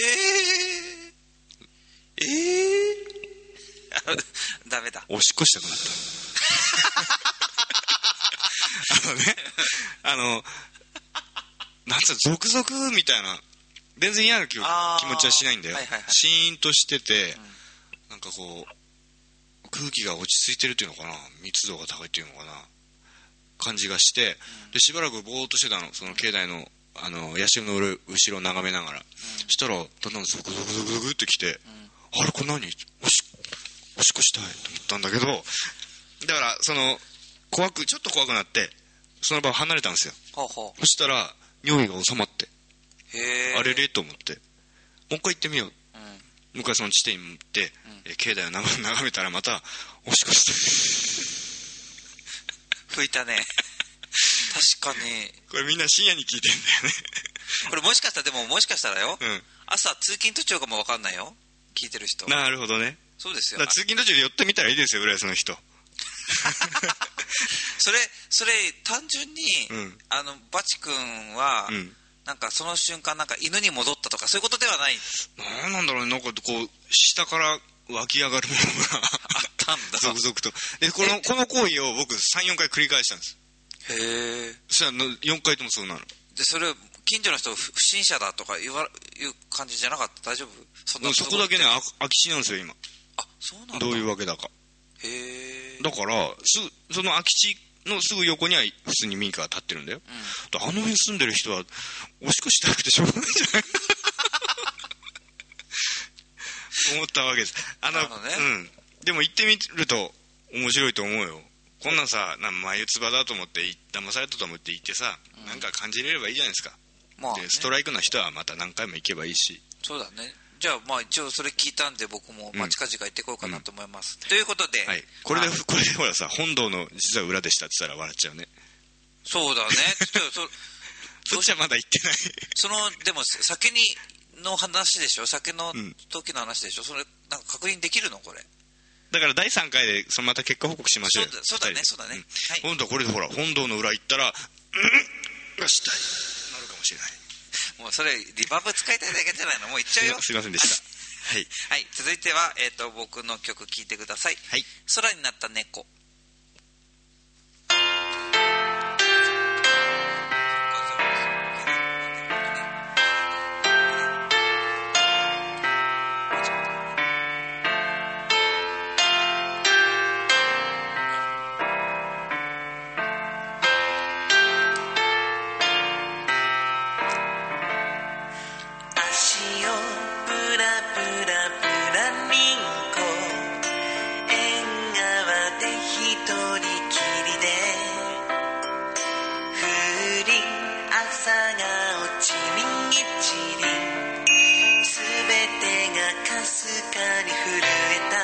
ええー、ダメだ
おしっこしたくなったのあのねあのなんつうのゾクゾクみたいな全然嫌な気気
あー
持ちはしないんだよ、
はいはいはい
シーンとしてて、なんかこう空気が落ち着いてるっていうのかな密度が高いっていうのかな感じがして、でしばらくぼーっとしてたのその境内のあの社の後ろを眺めながら、したらだんだんゾクゾクゾクゾクってきて、あれこれ何おしおしっこしたいと思ったんだけどだからその怖くちょっと怖くなってその場を離れたんですよ
ほうほ
そしたら尿意が収まって、
うへえ
あれれと思ってもう一回行ってみよう
うん
もう一回その地点に行って、えー境内を眺め眺めたらまたおしっこした
吹いた ね確かに
これみんな深夜に聞いてん
これもしかしたらでももしかしたらよ、
だよね
朝通勤途中かも分かんないよ聞いてる人
うんなるほどね
そうです
だ
よ
から通勤途中で寄ってみたらいいですよ浦安の人
それそれ単純に、
うん
あのバチ君は、
うん
なんかその瞬間なんか犬に戻ったとかそういうことではない
なんなんだろうねなんかこう下から湧き上がるものが
あったんだ
続々とでこのこの行為を僕34回繰り返したんです
へえ
そしたら4回ともそうなの
でそれ近所の人不不審者だとか言わいう感じじゃなかった大丈夫そん
う
なん
そこだけねあ空き地なんですよ今
あそうなんだ
どういうわけだか
へえ
だからすその空き地のすぐ横には普通に民家が建ってるんだよ、だからあの辺住んでる人はおしっこしたくてしょうがないんじゃない 思ったわけですあの
なるほどね
うん、でも行ってみると面白いと思うよこんなんさなん眉唾だと思ってい騙されたと思って行ってさ、なんか感じれればいいじゃないですか、
まあ、ね
で、ストライクな人はまた何回も行けばいいし
そうだねじゃあまあ一応それ聞いたんで僕も、まあ、近々行ってこようかなと思います、ということで、
はい、これで
あ
これでほらさ本堂の実は裏でしたって言ったら笑っちゃうね
そうだねちょっとそ
そっちはまだ行ってない
そ のでも酒にの話でしょ酒の
うん
時の話でしょ、それなんか確認できるのこれ
だから第3回でそのまた結果報告しましょうよ
そうだそうだね
二人で
そうだねはい
今度はこれでほら本堂の裏行ったらうんよしたいなるかもしれない
もうそれリバーブ使いたいだけじゃないのもういっちゃうよ
すいませんでしたはい
はい続いては、えー、と僕の曲聴いてください、
はい
空になった猫
すかに震えた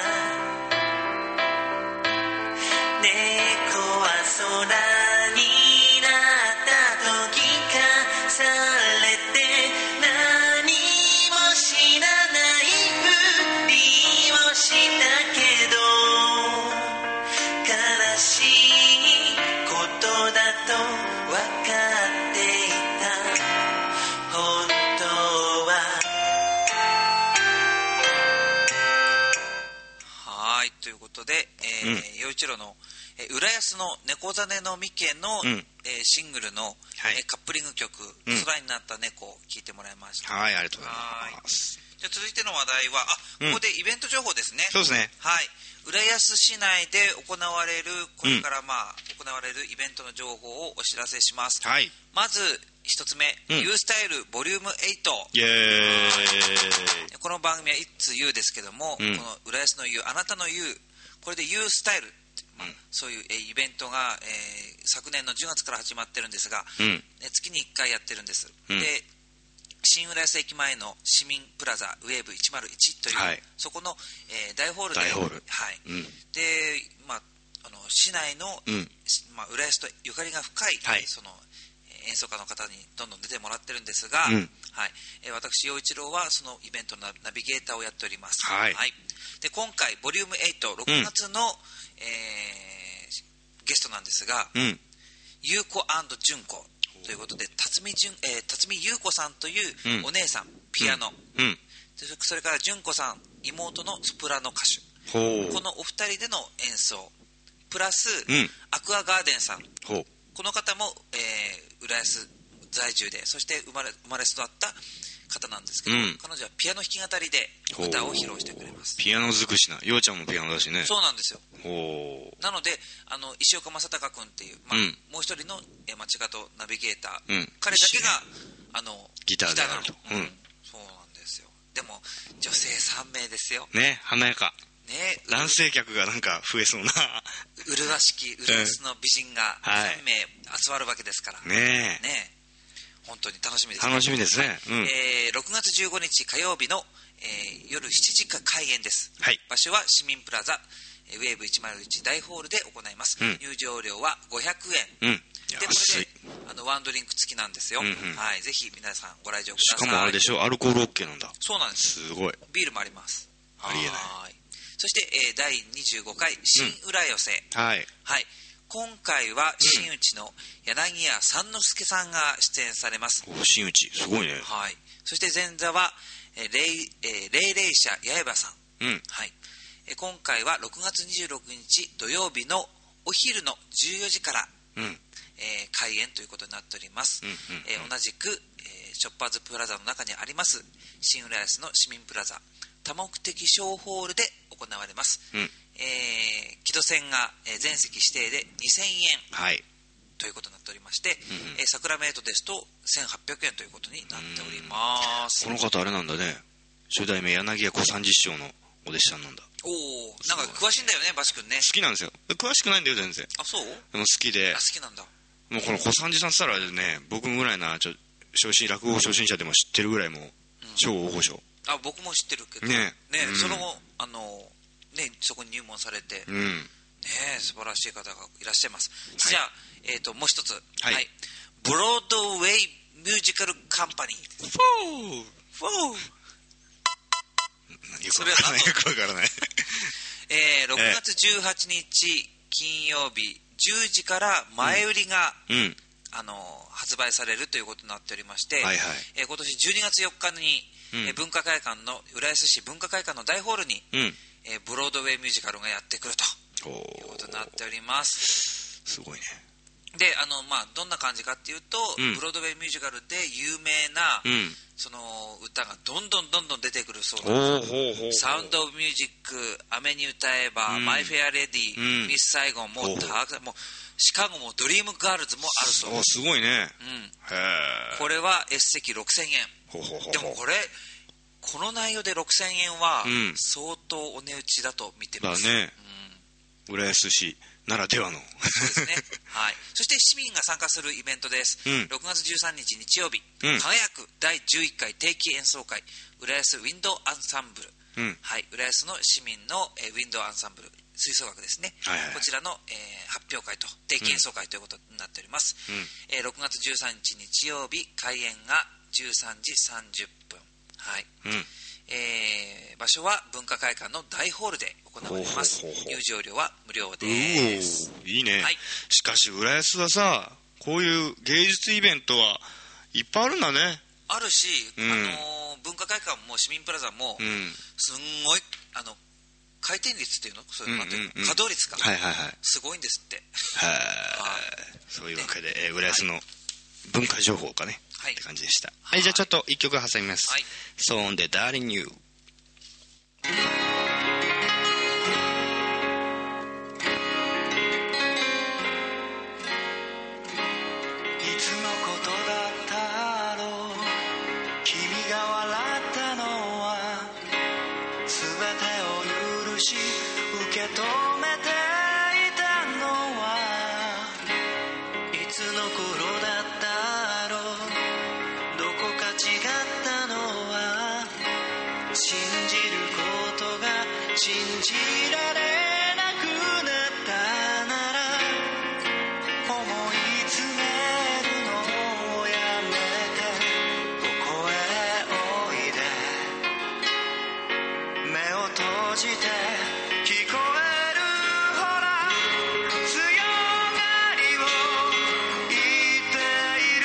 猫は空になった時化されて何も知らないふりをしたけど悲しいことだと分かっていた本当は
はーいということで、えー
うん
陽一郎の、えー浦安の猫ザネの三毛の、
うん
えーシングルの、
はい
えーカップリング曲「
うん
空になった猫」を聴いてもらいました、
はい、ありがとうございます。
じゃあ続いての話題はあ
うん
ここでイベント情報ですね、
そうですね。
はい浦安市内で行われるこれからまあ、行われるイベントの情報をお知らせします、
はい。
まず一つ目「
うん
YOU、スタイルボリューム8
イェー
この番組は「いつ YOU」ですけども、
うん
この浦安の「YOU」あなたの「YOU」これで「YOU スタイル」まあ
うん
そういうえーイベントが、えー昨年の10月から始まってるんですが、
イ。うん。
ね月に1回やってるんです、
うん
で新浦安駅前の市民プラザウェーブ101という、
はい
そこの、えー大ホールで
大ホール
はい
うん
で、まあ、あの市内の、
うん
しまあ、浦安とゆかりが深い、
はい
そのえー演奏家の方にどんどん出てもらってるんですが、
うん
はいえー私陽一郎はそのイベントのナナビゲーターをやっております、
はい
で今回ボリューム
うん
86月の、えーゲストなんですが、
うん。
優子純子ということで辰巳純、えー、辰巳優子さんという
うん
お姉さん、ピアノ、
うん。
でそれから純子さん妹のソプラノ歌手
ほう
こ。のお二人での演奏プラス、
うん
アクアガーデンさん
ほう。
この方も、えー浦安在住でそして生まれ生まれ育った方なんですけど、
うん
彼女はピアノ弾き語りで歌を披露してくれます
ピアノ尽くしな。ようちゃんもピアノだしね。
そうなんですよ
ほ
なのであの石岡正隆君っていう、まあ
うん
もう一人の、えー、町方ナビゲーター、
うん
彼だけがあの
ギターであると
ギターなの
うん
そうなんですよでも女性3名ですよ
う。ね、華やか。
ねう
男性客がなんか増え そうな。
うるわしきうるわすの美人が
はい
3名集まるわけですから、
ね
ね本当に楽しみです
え。楽しみですね。うん。
えー6月15日火曜日の、えー夜7時から開演です、
はい
場所は市民プラザえーウェーブ101大ホールで行います、
うん
入場料は500円、
うん。
でこ
安
れ
い
で。あのワンドリンク付きなんですよ、
うんうん
はい、ぜひ皆さんご来場く
し
ださ
か
い
もあれでしょ、アルコール OK なんだ。
そうなんです
すごい。
ビールもあります
ありえない
はーいそして、えー第25回新浦寄せ、
はい。
はい今回は真打ちの柳家三之助さんが出演されます、
お真打ち。すごいね。
はい、そして前座は、えー、霊えー霊霊者八重歯さん、
うん。
はいえー今回は6月26日土曜日のお昼の14時から、
うん。
えー開演ということになっております、
うんうん
えー同じく、えーショッパーズプラザの中にあります新浦安の市民プラザ多目的小ホールで行われます、
うん
えー木戸線がえー全席指定で2000円
はい。
ということになっておりまして、
うんうん
えーサクラメートですと1800円ということになっております
この方あれなんだね。初代目柳家小三治師匠のお弟子さんなんだ。
おおなんか詳しいんだよねバシ君ね
好きなんですよ詳しくないんだよ全然
あそう
でも好きで
あ好きなんだ
もうこの小三治さんっつったらね僕ぐらいなちょ初心落語初心者でも知ってるぐらいもう超大御所
あ僕も知ってるけど
ねえうん
その後あのねそこに入門されて、
うん
ねえ素晴らしい方がいらっしゃいます、じゃあ、えー、ともう一つ
はい
ブロードウェイミュージカルカンパニー
フォー
フォー
よくわからないよくわからない
えー、6月18日金曜日10時から前売りが、
うん
あの発売されるということになっておりまして、
はいはい
えー今年12月4日に、
うん
えー文化会館の浦安市文化会館の大ホールに、
うん
えーブロードウェイミュージカルがやってくると
お
いう
お
ことになっております
すごいね
であの、まあ、どんな感じかっていうと、
うん
ブロードウェイミュージカルで有名な、
うん
その歌がどんどんどんどん出てくるそう
お
なんです
おほうほう
サウンド・オブ・ミュージック「雨に歌えば」
うん
マイ・フェア・レディ」
うん
ミス・サイゴン」も
ほう
う
ほう
たくさんもうシカゴも「ドリーム・ガールズ」もあるそう
お
です、
すごいね
うん、
へえ
これは S 席6000円
ほうほうほう
でも
ほ
これこの内容で6000円は
うん
相当お値打ちだと見て
うだ
ます、
ね浦安市ならではの
そうですね、はい、そして市民が参加するイベントです、
うん
6月13日日曜日、
うん
輝く第11回定期演奏会浦安ウィンドウアンサンブル、
うん
はい、浦安の市民の、えーウィンドアンサンブル吹奏楽ですね、
はいはい
こちらの、えー発表会と定期演奏会ということになっております、
う
えー6月13日日曜日開演が13時30分はい
うん
えー場所は文化会館の大ホールで行われます
ほうほうほうほう
入場料は無料
う
で
ー
す
おーいいね、
はい
しかし浦安はさこういう芸術イベントはいっぱいあるんだね
あるし、
うん
あのー文化会館も市民プラザも、
うん
すんごいあの回転率っていうのそういうのなんていうの、
うんうんうん
稼働率が
はいはいはい
すごいんですって、
はいそういうわけで、えー浦安の文化情報かね、
はい
って感じでしたはい、
はい
じゃあちょっと一曲挟みます
はい
「騒音でダーリンユー」
いつのことだったろう君が笑ったのは全てを許し受け止めていたのはいつの頃だったろうどこか違ったのは信じることが信じられなくなったなら思い詰めるのをやめてここへおいで目を閉じて聞こえるほら強がりを言っている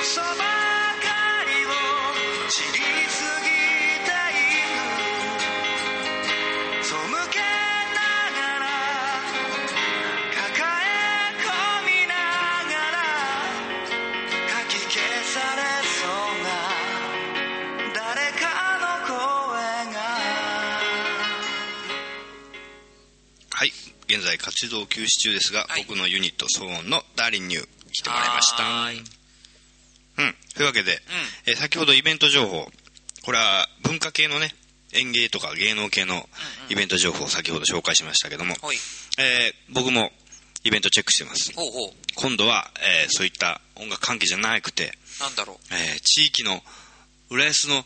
嘘ばかりを知りすぎていく背けながら抱え込みながらかき消されそうな誰かの声が
はい現在活動休止中ですが、
はい
僕のユニット騒音のダーリンニュー来てもらいました
はーい
うんというわけで、えー先ほどイベント情報これは文化系のね演芸とか芸能系のイベント情報を先ほど紹介しましたけども、
ほい
えー僕もイベントチェックしてます
ほうほう
今度は、えーそういった音楽関係じゃなくて、
なんだろう
えー地域の浦安の、えー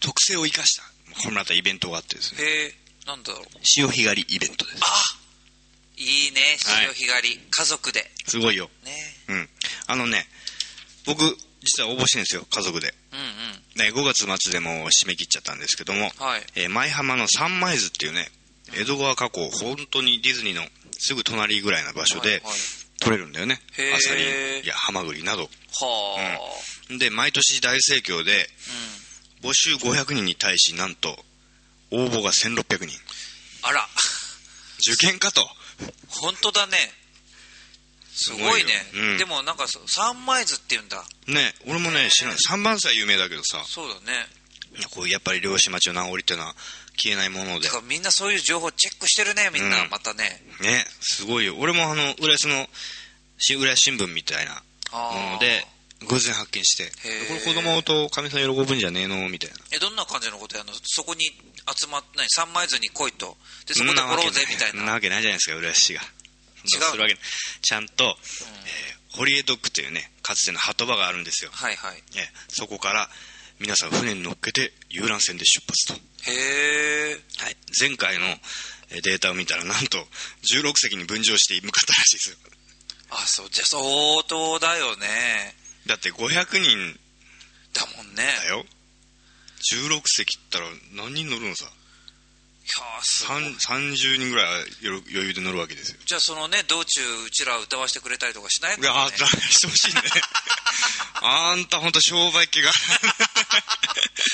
特性を生かしたこれまたイベントがあってですね
へえなんだろう
潮干狩りイベントです
あいいね潮干狩り、家族で
すごいよ
ね
うんあのね僕実は応募してるんですよ家族で、
うんうん
ね、5月末でもう締め切っちゃったんですけども、
はい
えー舞浜の三枚津っていうね江戸川河口本当にディズニーのすぐ隣ぐらいの場所
はい
で
はい
取れるんだよね、
へー
アサリやハマグリなど
はあ、
で毎年大盛況で
うん
募集500人に対しなんと応募が1600人
あら
受験かと
本当だねすごいね
すごいようん
でもなんかそう三枚図っていうんだ
ね俺もね知らない3番祭有名だけどさ
そうだね
こうやっぱり漁師町の名残っていうのは消えないもの
て
で
かみんなそういう情報チェックしてるねみんな、
うん
またね
ねすごいよ俺もあの浦安のし浦安新聞みたいなも
あ
の
あ
で偶然発見して
ー
これ子供とかみさん喜ぶんじゃねえのみたいな
えどんな感じのことやるのそこに集まってない三枚図に来いとでそこで
んわ
来
け
ろうぜみたい
そん
な
なわけないじゃないですか浦安市が
違う
そするわけないちゃんと、えーホリエドッグというねかつての鳩場があるんですよ
はいはい
ね、そこから皆さん船に乗っけて遊覧船で出発と、
へえ
はい、前回のえーデータを見たらなんと16隻に分乗して向かったらしいですよ
あそうじゃあ相当だよね
だって500人
だもんね
だよ16隻ったら何人乗るのさ
いやーすごい
3 30人ぐらいは余余裕で乗るわけですよ
じゃあそのね道中うちら歌わせてくれたりとかしない
いやあーしてほしいね あんた本当商売っ気が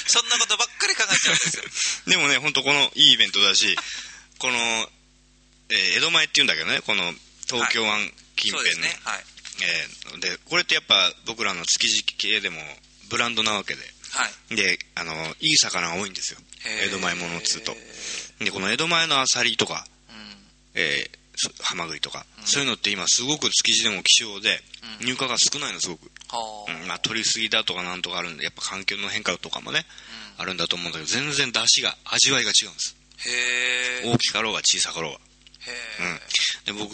そんなことばっかり考えちゃうんですよ
でもね本当このいいイベントだしこの、えー江戸前っていうんだけどねこの東京湾近
そうで
辺
す
の、
ねはい
えーでこれってやっぱ僕らの築地系でもブランドなわけで
はい
であのいい魚が多いんですよ
へー
江戸前ものっつうとでこの江戸前のアサリとか、
う
えーそハマグリとか、そういうのって今すごく築地でも希少で、
うん
入荷が少ないのすごく、
は
うんまあ、取りすぎだとかなんとかあるんでやっぱ環境の変化とかもね、あるんだと思うんだけど全然出汁が味わいが違うんです
あへえ
大きかろうが小さかろうが
へ
で僕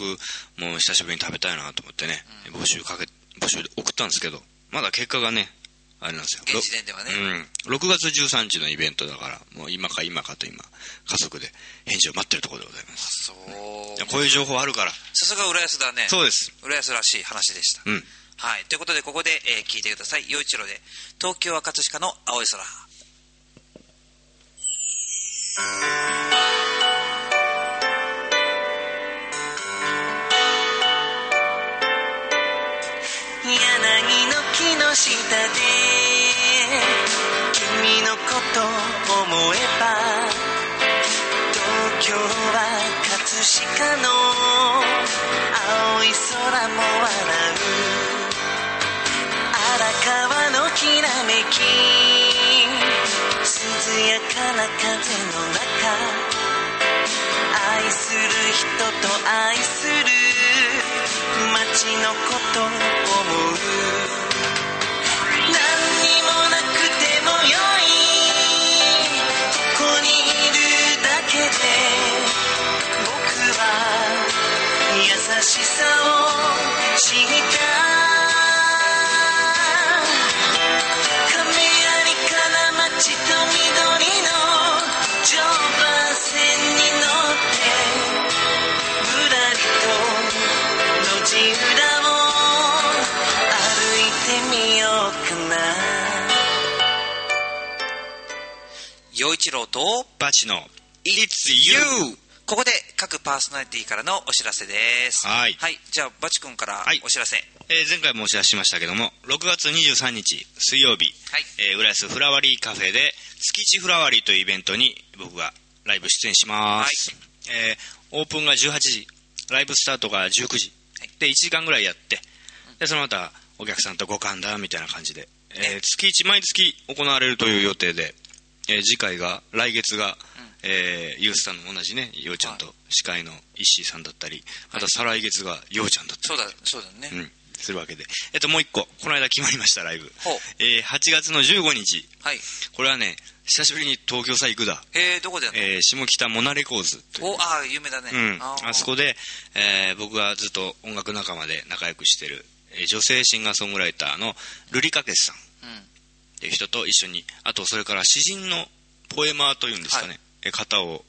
もう久しぶりに食べたいなと思ってね、募集かけ募集で送ったんですけどまだ結果がねあれなんですよ
現時点ではね
うん、6月13日のイベントだからもう今か今かと今家族で返事を待ってるところでございます
そう
いやこういう情報あるから
さすが浦安だね
そうです
浦安らしい話でした、
うん
はいということでここで、えー聞いてください陽一郎で東京は葛飾の青い空
柳の木の下で君のことを思えば東京は葛飾の青い空も笑う荒川のきらめき涼やかな風の中愛する人と愛する街のことを思う何にもなくてもよいここにいるだけで僕は優しさを知った亀有から街と緑の常磐線に乗ってぶらりと路地裏を歩いてみようかな
陽一郎と
バチの
It's
You
ここで各パーソナリティからのお知らせです
はい
じゃあバチ君から
はい
お知らせ、
えー前回もお知らせしましたけども6月23日水曜日、
はい
えー浦安フラワリーカフェで月一フラワリーというイベントに僕がライブ出演します、えーオープンが18時ライブスタートが19時、
はい
で1時間ぐらいやってでその後はお客さんとご歓談みたいな感じで、えー月一毎月行われるという予定で、えー次回が来月が、えー、ゆうすさんの同じねようちゃんと司会の石井さんだったりまた再来月がようちゃんだった
そ
り
うだそうだね、
うん、するわけで、えっと、もう一個この間決まりましたライブ
ほう、
えー8月の15日
はい
これはね久しぶりに東京さ行くだ、
へえどこでやるの、
えー下北モナレコーズとい
お
う
ああ有名だね、
うん、
ー
あそこで、えー僕がずっと音楽仲間で仲良くしてる、えー女性シンガーソングライターのルリカケスさん
うん
っていう人と一緒にあとそれから詩人のポエマーというんですかね、
は
えー方を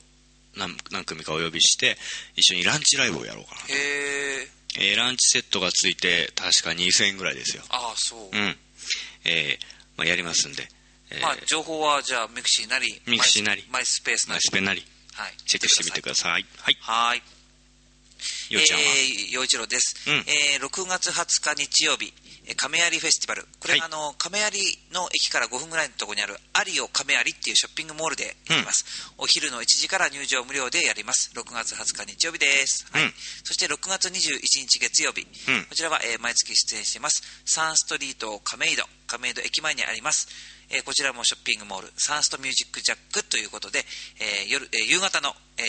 何何組かお呼びして一緒にランチライブをやろうかな、
へえ
えーランチセットがついて確か2000円ぐらいですよ
ああそう、
うん。えーまあ、やりますんで、えー
まあ情報はじゃあミクシーなり
ミクシィなり
マイスマイスペース
ま
な
あ
り
スペなり、
はい
チェックしてみてください。はい。
はーい
ようちゃんは。
えー陽一郎です、
うん
えー6月20日日曜日えー亀有フェスティバルこれ、
はい
あの亀有の駅から5分ぐらいのところにあるアリオ亀有っていうショッピングモールでやります、お昼の1時から入場無料でやります6月20日日曜日です、はい
うん
そして6月21日月曜日、
うん
こちらは、えー毎月出演していますサンストリート亀戸亀戸駅前にありますえーこちらもショッピングモールサンストミュージックジャックということで、えー夜えー夕方の、えー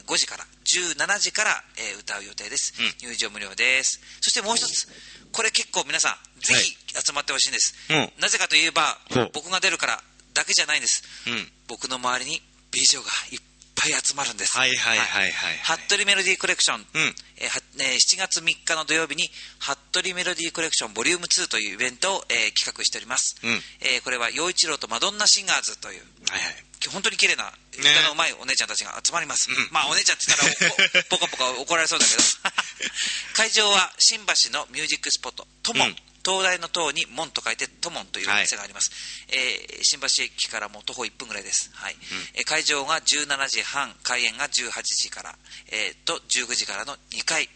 えー5時から17時から、えー歌う予定です、
う
入場無料ですそしてもう一つこれ結構皆さんぜひ集まってほしいんです、
うん
なぜかといえば
そう
僕が出るからだけじゃないんです、
うん
僕の周りに美女がいっぱい集まるんです
はいはいはいはい。
服部メロディーコレクション、
うん
えーはえー7月3日の土曜日に服部メロディーコレクションボリューム2というイベントを、えー企画しております、
うん
えーこれは陽一郎とマドンナシンガーズという
はいはい。
本当に綺麗な歌
ね
のうまいお姉ちゃんたちが集まります、まあお姉ちゃんって言ったら おポカポカ怒られそうだけど会場は新橋のミュージックスポット「トモン」
うん
東大の塔に門と書いてトモンというお店があります、えー新橋駅からも徒歩1分ぐらいです、はいえー会場が17時半開演が18時から、えーと19時からの2回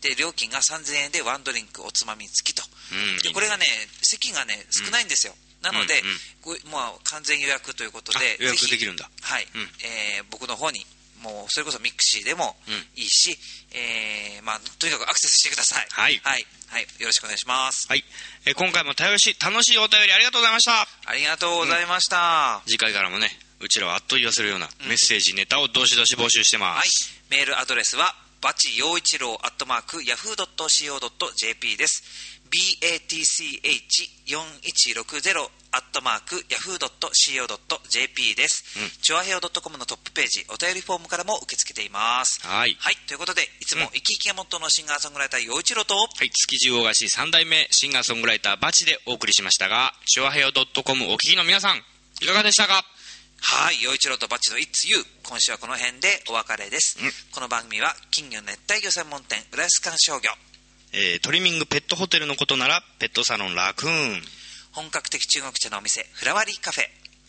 で料金が3000円でワンドリンクおつまみ付きと、
うん
でこれがね席がね少ないんですよ、なので、こうまあ、完全予約ということで
あ予約
ぜひ
できるんだ
はい、
うん
えー僕の方にもうそれこそミクシーでもいいし、えーまあ、とにかくアクセスしてください
はい
はいはいよろしくお願いします
はい。えー今回も楽しい、楽しいお便りありがとうございました。
ありがとうございました、
次回からもね、うちらをあっと言わせるようなメッセージ、ネタをどしどし募集してま
はい
す。、
メールアドレスはバチ陽一郎アットマークヤフー .co.jp です batch4160 アットマーク yahoo.co.jp です、チョアヘオ .com のトップページお便りフォームからも受け付けています
はい
ということでいつも
うん
生き生きがモットーのシンガーソングライター陽一郎と
はい、築地大菓子3代目シンガーソングライターバチでお送りしましたが、ショアヘオ .com お聞きの皆さん、いかがでしたか
はい陽一郎とバッチの「It's You」今週はこの辺でお別れです、
うん
この番組は金魚熱帯魚専門店浦安観賞魚
えー、トリミングペットホテルのことなら、ペットサロンラクーン、
本格的中国茶のお店フラワリーカフェ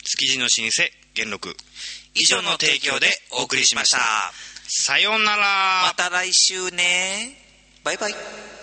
築地の老舗、元禄。
以上の提供でお送りしました
さようなら。
また来週ねバイバイ